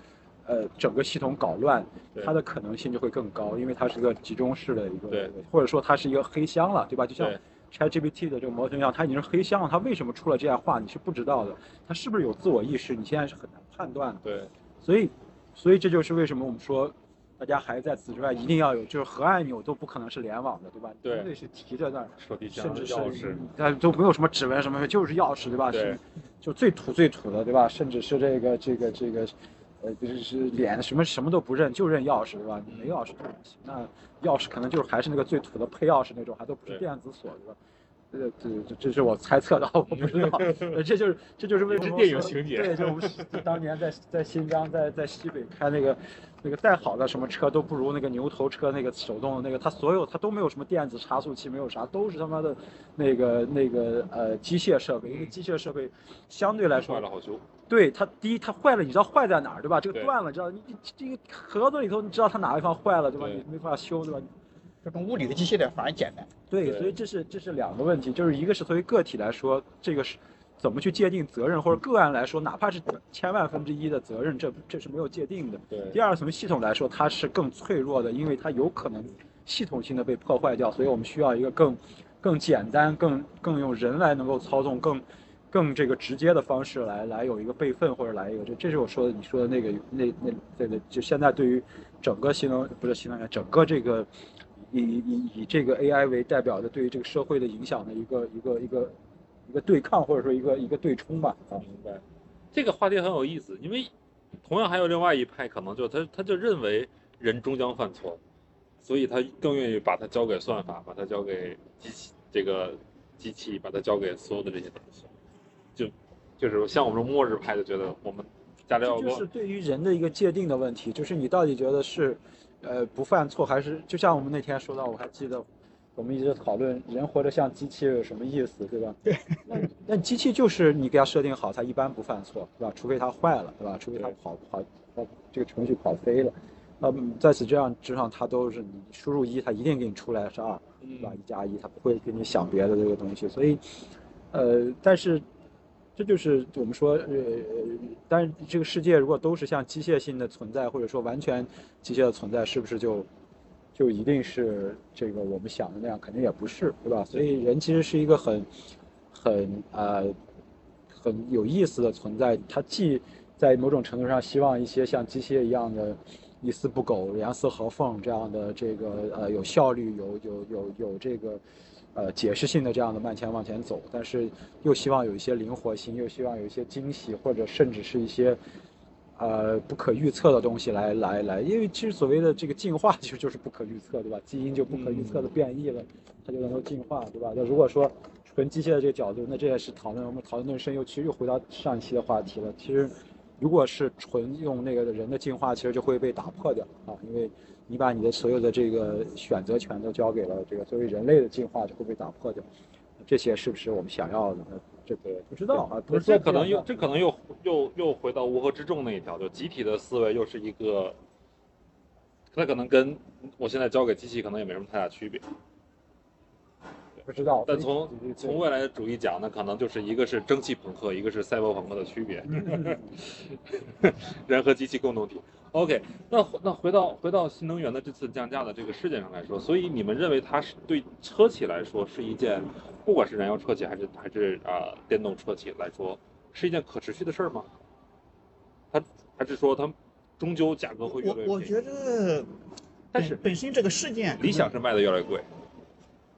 呃，整个系统搞乱，
对
它的可能性就会更高，因为它是个集中式的一
对
个，或者说它是一个黑箱了，对吧？就像
对
ChatGPT 的这个模型一样，它已经是黑箱了，它为什么出了这样话，你是不知道的，它是不是有自我意识，你现在是很难判断的。
对
所以，所以这就是为什么我们说，大家还在此之外一定要有，就是核按钮都不可能是联网的，对吧？你
对
都得是提在那儿。
手提箱
甚至是
钥匙，
它都没有什么指纹什么，就是钥匙对吧？
对
是，就最土最土的对吧？甚至是这个这个这个，呃，就是是脸什么什么都不认，就认钥匙对吧？你没钥匙对不起，那钥匙可能就是还是那个最土的配钥匙那种，还都不是
对
电子锁对吧？这个这这这是我猜测的，我 不 知道，呃这就是这就是为什
也是
么
电影
说
情节
对，就我们当年在在新疆在在西北开那个那个再好的什么车都不如那个牛头车那个手动的那个，它所有它都没有什么电子差速器，没有啥，都是他妈的那个那个呃机械设备，因为机械设备相对来说
坏了好修，
对它，第一它坏了，你知道坏在哪儿，对吧？这个
对
断了，知道你你这个盒子里头，你知道它哪个地方坏了，对吧？
对
你没法修，对吧？
这种物理的机械的反而简单，
对，
对
所以这是这是两个问题，就是一个是作为个体来说，这个是怎么去界定责任，或者个案来说，哪怕是千万分之一的责任，这这是没有界定的。
对
第二，从系统来说，它是更脆弱的，因为它有可能系统性的被破坏掉，所以我们需要一个更更简单、更更用人来能够操纵、更更这个直接的方式来来有一个备份或者来一个这这是我说的你说的那个那那对对，就现在对于整个新能不是新能源，整个这个以以以这个 AI 为代表的对于这个社会的影响的一个一个一个一个对抗或者说一个一个对冲吧啊。
明白。这个话题很有意思，因为同样还有另外一派，可能就他他就认为人终将犯错，所以他更愿意把它交给算法，把它交给机器这个机器，把它交给所有的这些东西。就就是像我们这种末日派就觉得我们加里奥
这就
多
是对于人的一个界定的问题，就是你到底觉得是，呃，不犯错，还是就像我们那天说到，我还记得，我们一直讨论人活得像机器有什么意思，对吧？对。那那机器就是你给它设定好，它一般不犯错，对吧？除非它坏了，对吧？除非它
对
跑跑跑这个程序跑飞了，嗯，在此这样之上，它都是你输入一，它一定给你出来是二。
嗯
对吧？一加一，他不会给你想别的这个东西，所以，呃，但是这就是我们说，呃，但是这个世界如果都是像机械性的存在，或者说完全机械的存在，是不是就就一定是这个我们想的那样？肯定也不是，对吧？所以人其实是一个很很呃很有意思的存在，它既在某种程度上希望一些像机械一样的一丝不苟、严丝合缝这样的这个呃有效率、有有有有这个呃解释性的这样的慢前往前走，但是又希望有一些灵活性，又希望有一些惊喜，或者甚至是一些呃不可预测的东西来来来，因为其实所谓的这个进化其实就是不可预测，对吧？基因就不可预测的变异了，它就能够进化，对吧？那如果说纯机械的这个角度，那这也是讨论我们讨论更深又其实又回到上一期的话题了，其实。如果是纯用那个人的进化，其实就会被打破掉啊，因为你把你的所有的这个选择权都交给了这个作为人类的进化，就会被打破掉。这些是不是我们想要的？呃这个不知道啊，不是
这
说
可能
不
又
想要
这可能又又又回到乌合之众那一条，就集体的思维又是一个，那可能跟我现在交给机器可能也没什么太大区别。
不知道。
但从
对对对
从未来的主义讲，那可能就是一个是蒸汽朋克，一个是赛博朋克的区别，人和机器共同体。OK，那回那回到回到新能源的这次降价的这个事件上来说，所以你们认为它是对车企来说是一件，不管是燃油车企还是还是啊、呃电动车企来说，是一件可持续的事儿吗？它还是说它终究价格会越来越
我我
便宜？
觉得，
但是
本身这个事件，
理想是卖的越来越贵，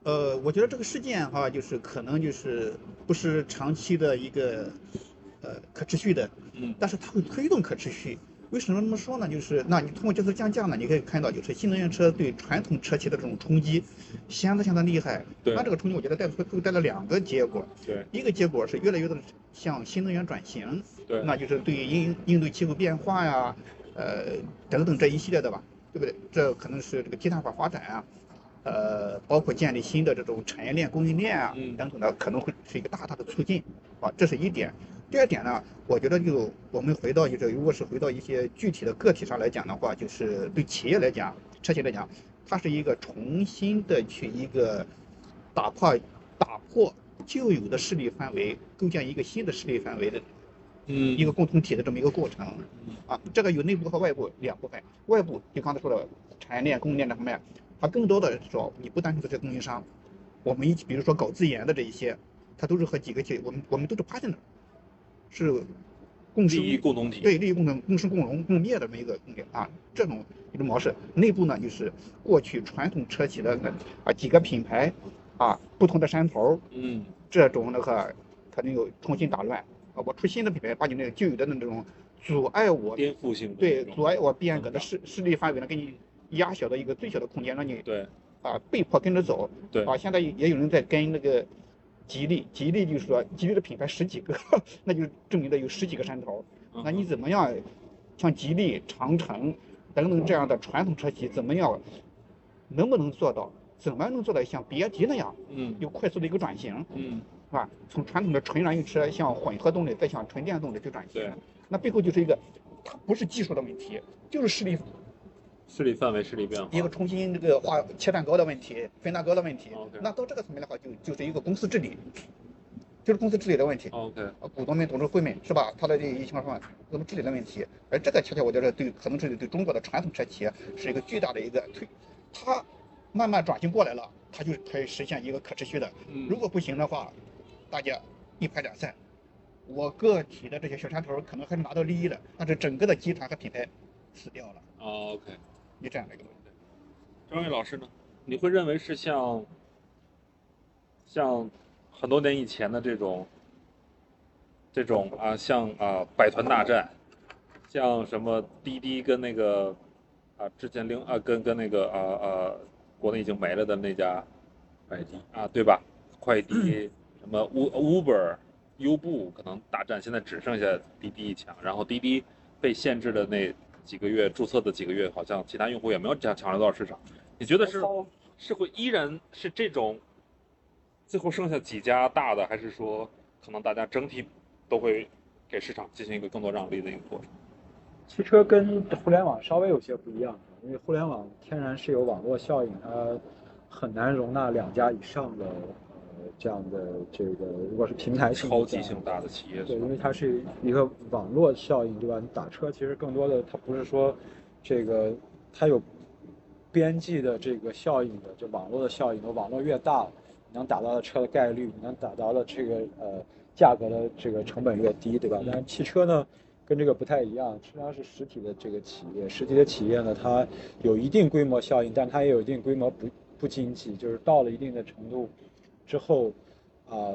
呃，我觉得这个事件哈、就是可能就是不是长期的一个呃可持续的，
嗯
但是它会推动可持续。为什么这么说呢？就是那你通过这次降价呢，你可以看到，就是新能源车对传统车企的这种冲击，相当相当厉害。
对
它这个冲击，我觉得带会会带来两个结果。
对
一个结果是越来越多的向新能源转型，
对
那就是对于应应对气候变化呀，呃等等这一系列的吧，对不对？这可能是这个低碳化发展啊，呃，包括建立新的这种产业链、供应链啊
嗯
等等的，可能会是一个大大的促进啊，这是一点。第二点呢，我觉得就我们回到就是，如果是回到一些具体的个体上来讲的话，就是对企业来讲，车企来讲，它是一个重新的去一个打破打破旧有的势力范围，构建一个新的势力范围的
嗯
一个共同体的这么一个过程
嗯。
啊，这个有内部和外部两部分。外部就刚才说的产业链、供应链这方面，它更多的说你不单纯的是供应商，我们一起比如说搞自研的这一些，它都是和几个企业，我们我们都是 partner，是共生
利益共同体。
对，利益共同共生共荣共灭的这么一个共啊，这种一种模式。内部呢，就是过去传统车企的那啊几个品牌啊，不同的山头儿
嗯
这种那个，可能有重新打乱啊，我出新的品牌，把你那个旧有的那种阻碍我
颠覆性的
对
那种
阻碍我变革的
成长
势势力范围呢，给你压小到一个最小的空间，让你
对
啊被迫跟着走。
对
啊，现在也有人在跟那个吉利，吉利就是说吉利的品牌十几个， 那就证明了有十几个山头。
嗯
那你怎么样，像吉利、长城等等这样的传统车企，怎么样，能不能做到？怎么能做到像比亚迪那样
嗯
有快速的一个转型，
嗯
是吧？啊从传统的纯燃油车向混合动力，再向纯电动力去转型
对，
那背后就是一个，它不是技术的问题，就是势力
势力范围、势力变化，
一个重新这个划切蛋糕的问题、分蛋糕的问题
OK。
那到这个层面的话，就就是一个公司治理，就是公司治理的问题。
OK，
啊，股东们、董事会们是吧？他的这一情况上怎么治理的问题，而这个恰恰我觉得对可能是对中国的传统车企是一个巨大的一个推，它慢慢转型过来了，它就可以实现一个可持续的。
嗯
如果不行的话，大家一拍两散，我个体的这些小山头可能还是拿到利益了，但是整个的集团和品牌死掉了，
啊 OK，
就这样的一个东西。
张伟老师呢？你会认为是像像很多年以前的这种这种啊，像啊百团大战，像什么滴滴跟那个啊，之前另啊跟跟那个啊啊，国内已经没了的那家
快递，
啊，对吧？快滴什么 U Uber、优步可能大战现在只剩下滴滴一强，然后滴滴被限制的那几个月，注册的几个月，好像其他用户也没有抢抢占多少市场。你觉得是是会依然是这种，最后剩下几家大的，还是说可能大家整体都会给市场进行一个更多让利的一个过程？
汽车跟互联网稍微有些不一样，因为互联网天然是有网络效应，它很难容纳两家以上的呃这样的这个，如果是平台性的
超级
这
性
样
大的企业，
对，因为它是一个网络效应，对吧？你打车其实更多的它不是说这个它有边际的这个效应的，就网络的效应的，网络越大，你能打到的车的概率，你能打到的这个呃价格的这个成本越低，对吧？但是汽车呢？跟这个不太一样，实际上是实体的这个企业，实体的企业呢，它有一定规模效应，但它也有一定规模不不经济，就是到了一定的程度之后，啊、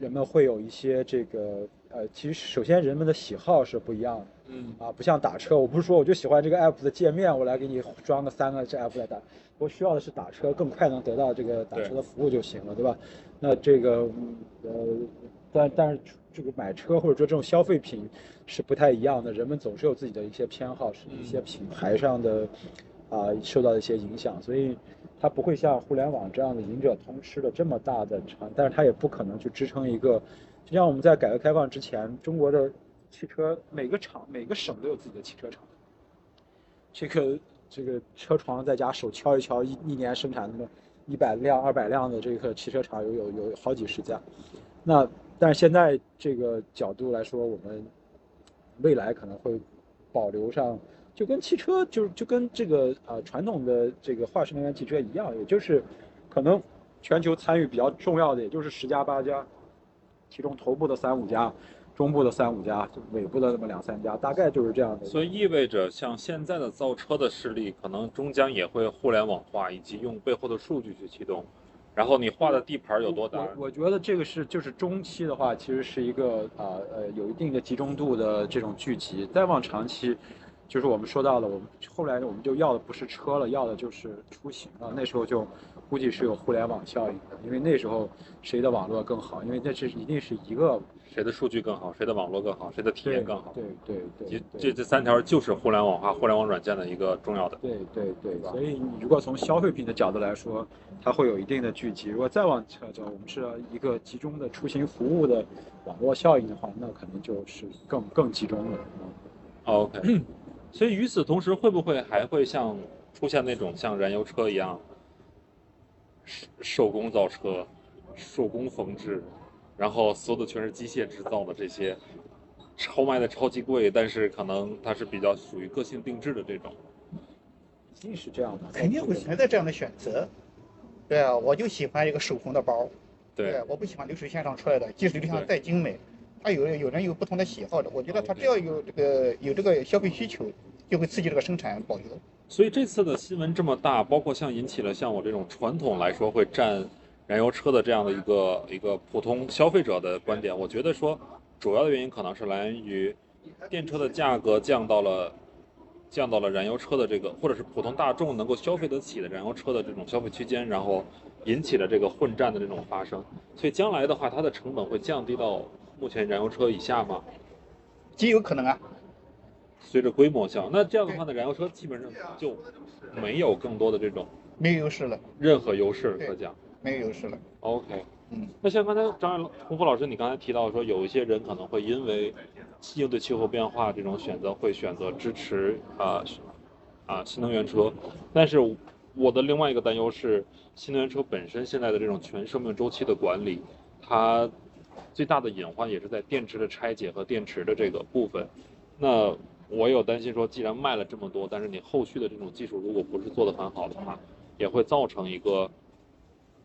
人们会有一些这个呃，其实首先人们的喜好是不一样的，
嗯，
啊，不像打车，我不是说我就喜欢这个 app 的界面，我来给你装个三个这 app 来打，我需要的是打车更快能得到这个打车的服务就行了，对吧？那这个嗯呃，但但是这个买车或者说这种消费品是不太一样的，人们总是有自己的一些偏好，是一些品牌上的啊、受到一些影响，所以它不会像互联网这样的赢者通吃的这么大的长，但是它也不可能去支撑一个，就像我们在改革开放之前，中国的汽车每个厂每个省都有自己的汽车厂，这个这个车床在家手敲一敲，一一年生产那么一百辆、二百辆的这个汽车厂有有有好几十家。那但是现在这个角度来说，我们未来可能会保留上，就跟汽车就是就跟这个啊、呃传统的这个化石能源汽车一样，也就是可能全球参与比较重要的也就是十家八家，其中头部的三五家。中部的三五家，就尾部的那么两三家，大概就是这样的一个。
所以意味着像现在的造车的势力，可能终将也会互联网化，以及用背后的数据去驱动。然后你画的地盘有多大
我？我觉得这个是就是中期的话，其实是一个啊呃有一定的集中度的这种聚集。再往长期，就是我们说到了，我们后来我们就要的不是车了，要的就是出行了。那时候就估计是有互联网效应的，因为那时候谁的网络更好，因为那是一定是一个
谁的数据更好？谁的网络更好？谁的体验更好？
对对对
这
对
这这三条就是互联网化、互联网软件的一个重要的。
对对对
吧，
所以你如果从消费品的角度来说，它会有一定的聚集；如果再往前走，我们是一个集中的出行服务的网络效应的话，那肯定就是更更集中了。嗯
OK，所以与此同时，会不会还会像出现那种像燃油车一样，手手工造车、手工缝制，然后所有的全是机械制造的这些，超卖的超级贵，但是可能它是比较属于个性定制的这种。
一定是这样的，
肯定会存在这样的选择。对啊，我就喜欢一个手工的包，
对，
我不喜欢流水线上出来的，即使流水线再精美，它有有人有不同的喜好的。我觉得他只要有这个有这个消费需求，就会刺激这个生产保留。
所以这次的新闻这么大，包括像引起了像我这种传统来说会占燃油车的这样的一个一个普通消费者的观点，我觉得说主要的原因可能是来源于电车的价格降到了降到了燃油车的这个，或者是普通大众能够消费得起的燃油车的这种消费区间，然后引起了这个混战的这种发生。所以将来的话，它的成本会降低到目前燃油车以下吗？
极有可能啊，
随着规模降，那这样的话呢，燃油车基本上就没有更多的这种。
没有优势了，
任何优势可讲。
没有优势了。
OK，
嗯，
那像刚才张洪福老师，你刚才提到说，有一些人可能会因为应对气候变化这种选择，会选择支持啊啊、新能源车。但是我的另外一个担忧是，新能源车本身现在的这种全生命周期的管理，它最大的隐患也是在电池的拆解和电池的这个部分。那我有担心说，既然卖了这么多，但是你后续的这种技术如果不是做得很好的话，也会造成一个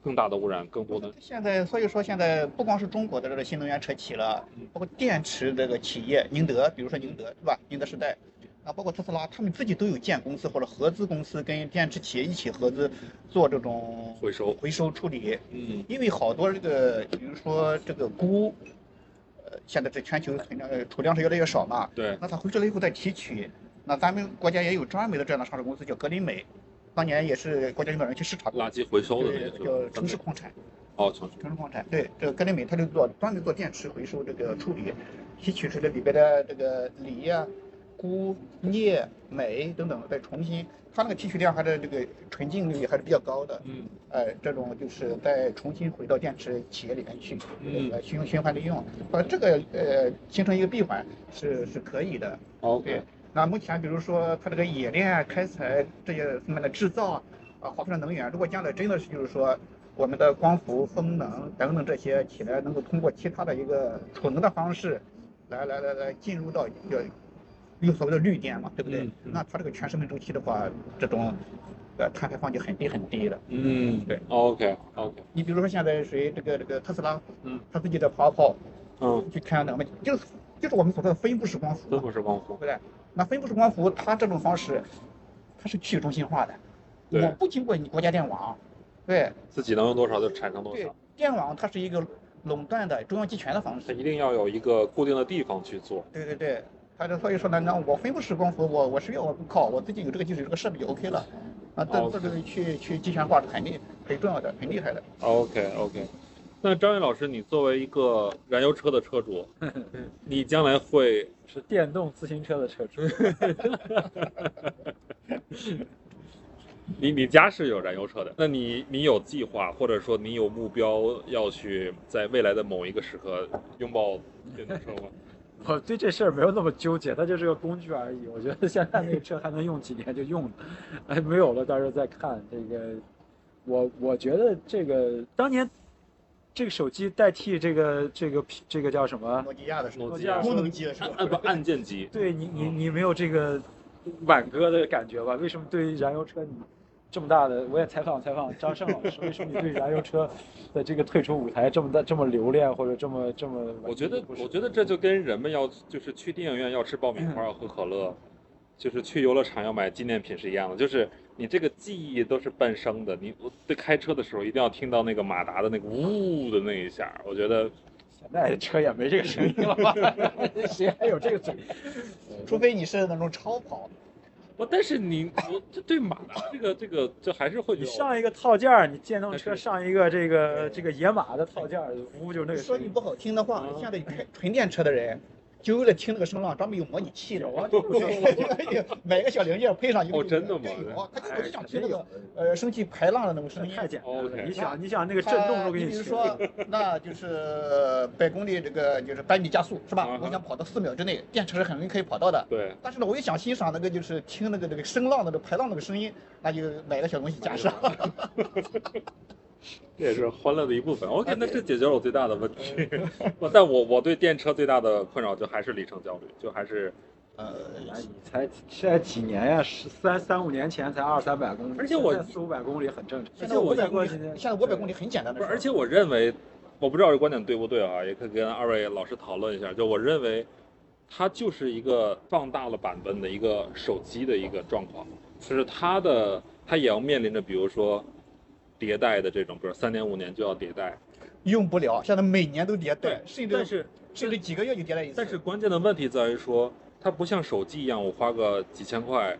更大的污染，更多的
现在所以说现在不光是中国的这个新能源车企了，
嗯
包括电池这个企业，宁德，比如说宁德是吧？宁德时代，啊，包括特斯拉，他们自己都有建公司或者合资公司跟电池企业一起合资做这种
回收。
回收处理。
嗯
因为好多这个，比如说这个钴，呃，现在这全球存量呃储量是越来越少嘛，
对，
那它回去了以后再提取，那咱们国家也有专门的这样的上市公司叫格林美，当年也是国家领导人去视察过
垃，圾回收的
对
那个是吧
叫城市矿产。
哦，城市
城市矿产，对这个格林美，它就做专门做电池回收这个处理，提取出来里边的这个锂呀、钴、镍、镁等等，再重新，它那个提取量还是这个纯净率还是比较高的，
嗯，
呃，这种就是再重新回到电池企业里面去，
嗯
呃，循循环利用，呃，这个呃形成一个闭环是是可以的，
OK，
那目前比如说它这个冶炼啊、开采这些方面的制造啊，啊，划分的能源，如果将来真的是就是说我们的光伏、风能等等这些起来，能够通过其他的一个储能的方式，来来来来进入到一个有所谓的绿电嘛，对不对？
嗯嗯
那它这个全生命周期的话，这种呃碳排放就很低很低了。
嗯，
对
，OK OK，
你比如说现在谁这个这个特斯拉，
嗯，
它自己的跑跑
嗯，
去太阳能嘛，就是就是我们所说的分布式光伏嘛
真。不是光伏，
对不对？那分布式光伏它这种方式，它是去中心化的，
对
我不经过你国家电网，对
自己能用多少就产生多
对
少，，
电网它是一个垄断的中央集权的方
它
式，
一定要有一个固定的地方去做，
对对对。它就所以说呢，那我分布式光伏，我我是要我靠我自己有这个技术，有这个设备就 OK 了，啊，这
OK
这个去去集权化是很厉很重要的，很厉害的。
OK OK，那张毅老师，你作为一个燃油车的车主，你将来会
是电动自行车的车主。
你你家是有燃油车的，那你你有计划或者说你有目标要去在未来的某一个时刻拥抱电动车吗？
我对这事儿没有那么纠结，它就是个工具而已。我觉得现在那个车还能用几年就用了，哎，没有了，到时候再看这个。我我觉得这个当年这个手机代替这个这个这个叫什么？
诺基亚的时候，
诺
基亚
功能机的时
按
候，
按啊不按键机？
对你你你没有这个挽歌的感觉吧？为什么对于燃油车你这么大的？我也采访采访张胜老师，为什么你对燃油车的这个退出舞台这么大这么留恋或者这么这么？
我觉得
不是
我觉得这就跟人们要就是去电影院要吃爆米
嗯
花要喝可乐，就是去游乐场要买纪念品是一样的，就是你这个记忆都是半生的。你我对开车的时候一定要听到那个马达的那个呜的那一下，我觉得
现在车也没这个声音了吧？ 谁还有这 个嘴？
除非你是那种超跑，
我但是你我这对马达这个这个这还是会有
你上一个套件儿，你电动
那
车
是
上一个这个这个野马的套件儿，呜就那个
说
声
句
音。
不好听的话
啊，
嗯
现在开纯电车的人，就为了听那个声浪，专门有模拟器的。
有啊
买个小零件配上一个。
哦真的吗
对有啊，他就
哎
我就想听那
肯定有
个呃升气排浪的那种声音。
太简单了
哦 OK
你想，你想那个震动都给
你。
你
比如
学
说，那就是呃百公里这个就是百米加速是吧
嗯
啊哈？
我想跑到四秒之内，电池是很容易可以跑到的。
对。
但是呢，我又想欣赏那个就是听那个那个声浪那个排浪那个声音，那就买个小东西加上。
这也是欢乐的一部分。OK，那这解决了我最大的问题。 不但我我对电车最大的困扰就还是里程焦虑，就还是，
呃，
哎你才现在几年呀、十三三五年前才二三百公里，
而且我
现在四五百公里很正常。
而
现
且
在
我
五百
再
公
过
里
几年，，
现在五百公里很简单
不
的事
是
儿。
而且我认为，我不知道这观点对不对啊，也可以跟二位老师讨论一下。就我认为，它就是一个放大了版本的一个手机的一个状况，就是它的它也要面临着，比如说迭代的这种，比如三年五年就要迭代。
用不了，现在每年都迭代，甚
但
至
是
甚至几个月就迭代一次。
但是关键的问题在于说，它不像手机一样，我花个几千块，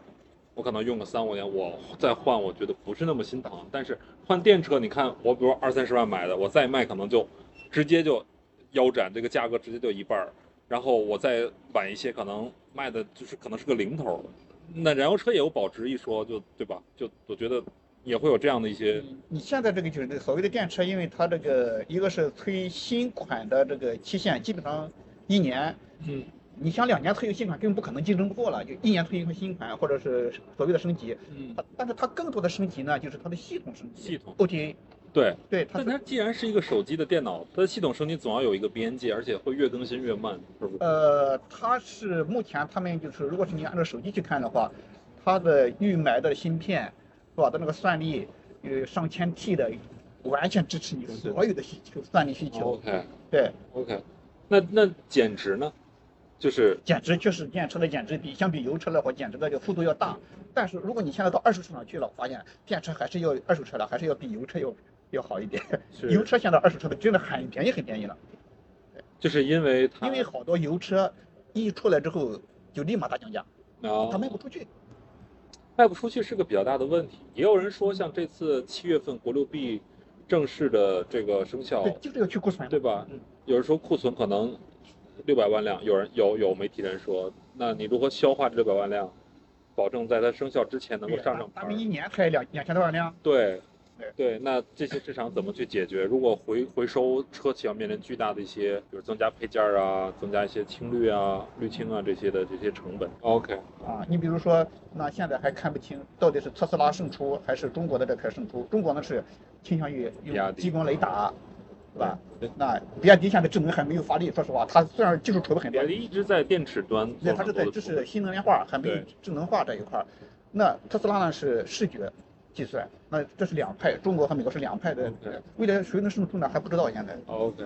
我可能用个三五年，我再换，我觉得不是那么心疼。但是换电车，你看我比如二三十万买的，我再卖可能就直接就腰斩，这个价格直接就一半儿。然后我再晚一些，可能卖的就是可能是个零头儿。那燃油车也有保值一说，就对吧？就我觉得也会有这样的一些，
你现在这个就是所谓的电车，因为它这个一个是推新款的这个期限，基本上一年，
嗯，
你想两年推一个新款，根本不可能竞争不过了，就一年推一个新款，或者是所谓的升级。
嗯，
它但是它更多的升级呢，就是它的系统升级。
系统
OTA，
对。
对它
但
是
它既然是一个手机的电脑，它的系统升级总要有一个边界，而且会越更新越慢，是不是？
呃，它是目前他们就是，如果是你按照手机去看的话，它的预埋的芯片是吧？它那个算力有上千 T 的，完全支持你
是
所有的需求，算力需求。
哦 OK
对，
OK，那那减值呢？就是
减值确实电车的减值比相比油车来说，减值的这个幅度要大。但是如果你现在到二手市场去了，我发现电车还是要二手车了，还是要比油车要要好一点。
是
油车现在二手车的真的很便宜，很便宜了。
就是因为它
因为好多油车一出来之后就立马大降价，
啊
它卖不出去。
卖不出去是个比较大的问题。也有人说，像这次七月份国六 B 正式的这个生效，
对，就是要去库存。
哦对吧
嗯？
有人说库存可能六百万辆，有人有有媒体人说，那你如何消化这六百万辆，保证在它生效之前能够
对
上
咱
正牌
咱们
儿？
一年才两两千多万辆，
对
对
对，那这些市场怎么去解决？如果回回收车企要面临巨大的一些，比如增加配件儿啊，增加一些清滤啊、滤清啊这些的这些成本。OK，
啊，你比如说，那现在还看不清到底是特斯拉胜出还是中国的这车胜出。中国呢是倾向于用
比亚迪啊
激光雷达，是吧？
对
那比亚迪现在智能还没有发力，说实话，它虽然技术储备很厉
我
害，
一直在电池端
那
做
它
很
是
多
在
的
支
储
持
备，
新能源化，还没有
对
智能化这一块儿。那特斯拉呢是视觉计算，那这是两派，中国和美国是两派的
OK。
未来谁能胜出呢？还不知道现在。
OK，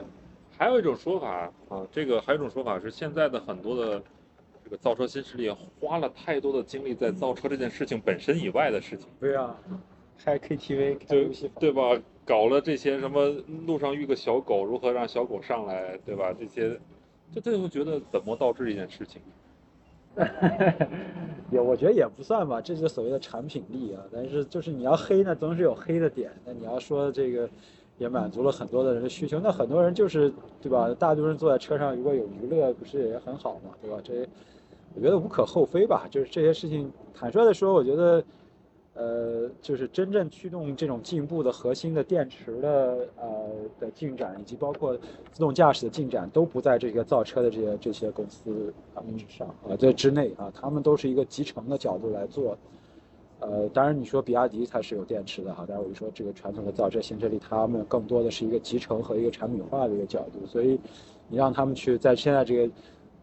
还有一种说法啊，这个还有一种说法是，现在的很多的这个造车新势力花了太多的精力在造车这件事情本身以外的事情，
对啊，开 KTV 开
对
游戏房，
对吧？搞了这些什么路上遇个小狗，如何让小狗上来，对吧？这些，这这就觉得本末倒置这件事情。
也我觉得也不算吧，这就是所谓的产品力啊。但是就是你要黑呢，总是有黑的点。那你要说这个也满足了很多的人的需求，那很多人就是对吧？大多数人坐在车上，如果有娱乐，不是也很好嘛，对吧？这我觉得无可厚非吧。就是这些事情，坦率的说，我觉得。呃，就是真正驱动这种进步的核心的电池的呃的进展，以及包括自动驾驶的进展，都不在这个造车的这些这些公司啊之上啊，这之内啊，他们都是一个集成的角度来做。呃，当然你说比亚迪它是有电池的哈，但是我就说这个传统的造车新势力，他们更多的是一个集成和一个产品化的一个角度，所以你让他们去在现在这个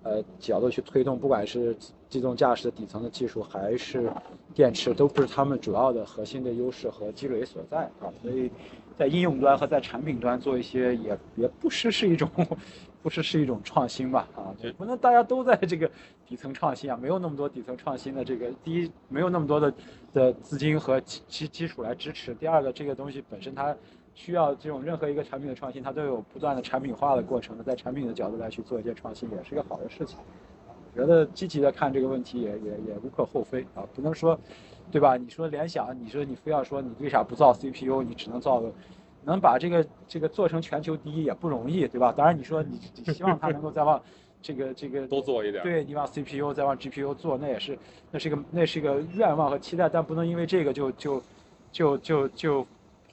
呃角度去推动，不管是自动驾驶的底层的技术，还是电池，都不是他们主要的核心的优势和积累所在啊。所以在应用端和在产品端做一些也也不失是一种 不失是一种创新吧啊，
对
也不能大家都在这个底层创新啊，没有那么多底层创新的这个第一没有那么多的的资金和基基基础来支持，第二个这个东西本身它。需要这种任何一个产品的创新，它都有不断的产品化的过程的，在产品的角度来去做一些创新，也是一个好的事情。觉得积极的看这个问题也也也无可厚非啊，不能说，对吧？你说联想，你说你非要说你为啥不造 CPU，你只能造个，能把这个这个做成全球第一也不容易，对吧？当然你说你你希望它能够再往这个这个
多做一点儿
对你往 CPU 再往 GPU 做，那也是那是一个那是一个愿望和期待，但不能因为这个就就就就就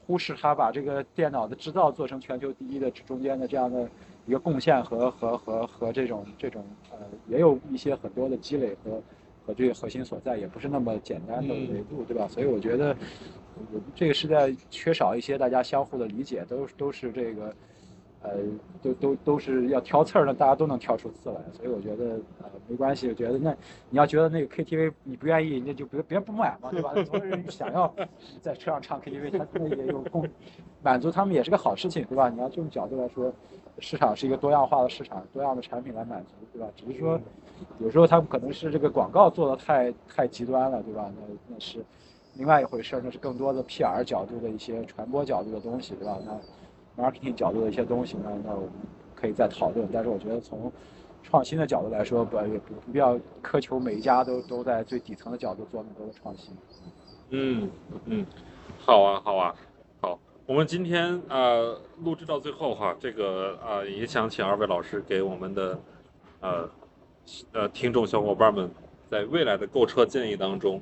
忽视它把这个电脑的制造做成全球第一的这中间的这样的一个贡献和和和和这种这种呃也有一些很多的积累和和这个核心所在，也不是那么简单的
嗯
维度，对吧？所以我觉得我们这个时代缺少一些大家相互的理解，都是都是这个。呃，都都都是要挑刺儿的，大家都能挑出刺来，所以我觉得呃没关系。我觉得那你要觉得那个 KTV 你不愿意，那就别别不买嘛，对吧？总有人想要在车上唱 KTV，他那也有供满足他们也是个好事情，对吧？你要这种角度来说，市场是一个多样化的市场，多样的产品来满足，对吧？只是说有时候他们可能是这个广告做的太太极端了，对吧？那那是另外一回事儿，那是更多的 PR 角度的一些传播角度的东西，对吧？那 marketing 角度的一些东西呢，那我们可以再讨论。但是我觉得从创新的角度来说，不也不不必要苛求每一家都都在最底层的角度做那么多的创新。
嗯嗯，好啊，好啊，好。我们今天呃录制到最后哈，这个呃也想请二位老师给我们的呃呃听众小伙伴们，在未来的购车建议当中，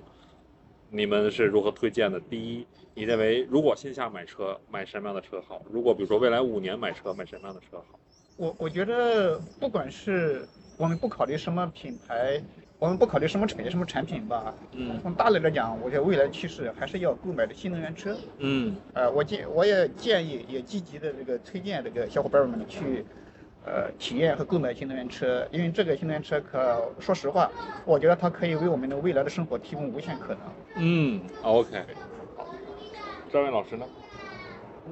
你们是如何推荐的？第一，你认为如果线下买车，买什么样的车好？如果比如说未来五年买车，买什么样的车好？
我我觉得不管是我们不考虑什么品牌，我们不考虑什么产业什么产品吧，
嗯
从大类来讲，我觉得未来趋势还是要购买的新能源车。
嗯
呃，我建我也建议，也积极的这个推荐这个小伙伴们去，呃，体验和购买新能源车，因为这个新能源车可说实话，我觉得它可以为我们的未来的生活提供无限可能。
嗯，OK。好，赵位老师呢？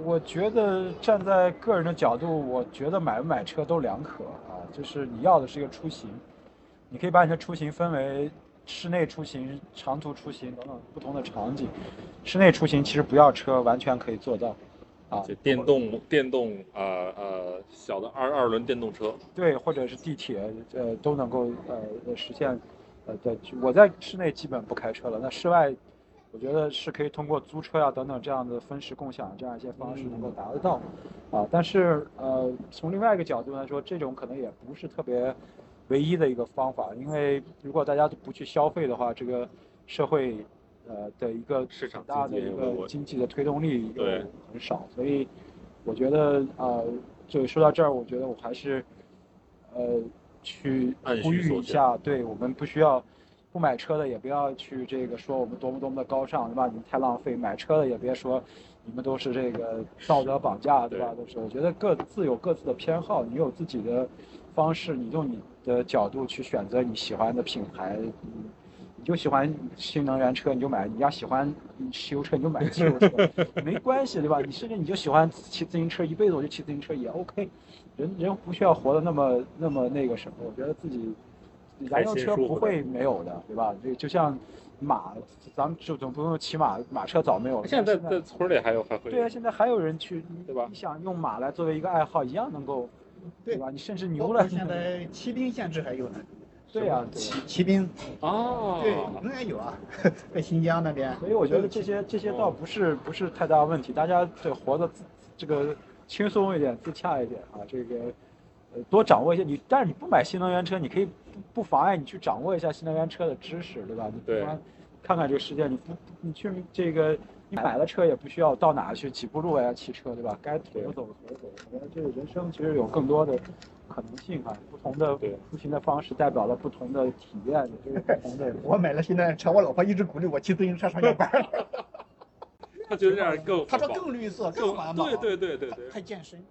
我觉得站在个人的角度，我觉得买不买车都两可啊，就是你要的是一个出行，你可以把你的出行分为室内出行、长途出行等等不同的场景。室内出行其实不要车完全可以做到，啊、啊，
就电动电动呃呃小的二二轮电动车，
对，或者是地铁，呃，都能够呃实现，呃的。我在室内基本不开车了，那室外，我觉得是可以通过租车呀、等等这样的分时共享这样一些方式能
嗯
够达得到，啊，但是呃，从另外一个角度来说，这种可能也不是特别唯一的一个方法，因为如果大家都不去消费的话，这个社会呃的一个
市场
很大
经
的
济
一
也有
个经济的推动力又
对
很少，所以我觉得呃，就说到这儿，我觉得我还是呃去
按需
呼吁
所
一
需
下，对我们不需要不买车的也不要去这个说我们多么多么的高尚，对吧？你们太浪费，买车的也别说你们都是这个道德绑架，对吧？都是我觉得各自有各自的偏好，你有自己的方式，你用你的角度去选择你喜欢的品牌，嗯你就喜欢新能源车，你就买；你要喜欢汽油车，你就买汽油车，没关系，对吧？你甚至你就喜欢骑自行车，一辈子我就骑自行车也 OK。人人不需要活得那么那么那个什么，我觉得自己燃油
开心
车
舒
不
服的
会没有的，对吧？就就像马，咱们就总不用骑马，马车早没有了。
现在在在村里还有还会
对啊，现在还有人去，你
对吧
你想用马来作为一个爱好，一样能够，
对
吧？你甚至
包
牛
括
了，
哦现在骑兵限制还有呢，
对呀、对啊呀
骑骑兵，
啊，
对，仍然有啊， 在新疆那边。
哦所以我觉得这些这些倒不是不是太大问题，大家对活得自这个轻松一点、自洽一点啊，这个呃多掌握一些你，但是你不买新能源车，你可以不不妨碍你去掌握一下新能源车的知识，对吧？你不
对
妨看看这个世界，你不你去这个你买了车也不需要到哪去几步路呀、骑车，对吧？该走
对
着走着走着走，我觉得这个人生其实有更多的。可能性啊，不同的
对
出行的方式代表了不同的体验，也就是不同 的
我买了新能源车，我老婆一直鼓励我骑自行车上下班儿，
他觉得这样更
她说
环保
更绿色、更环保，
对对对对对
还健身。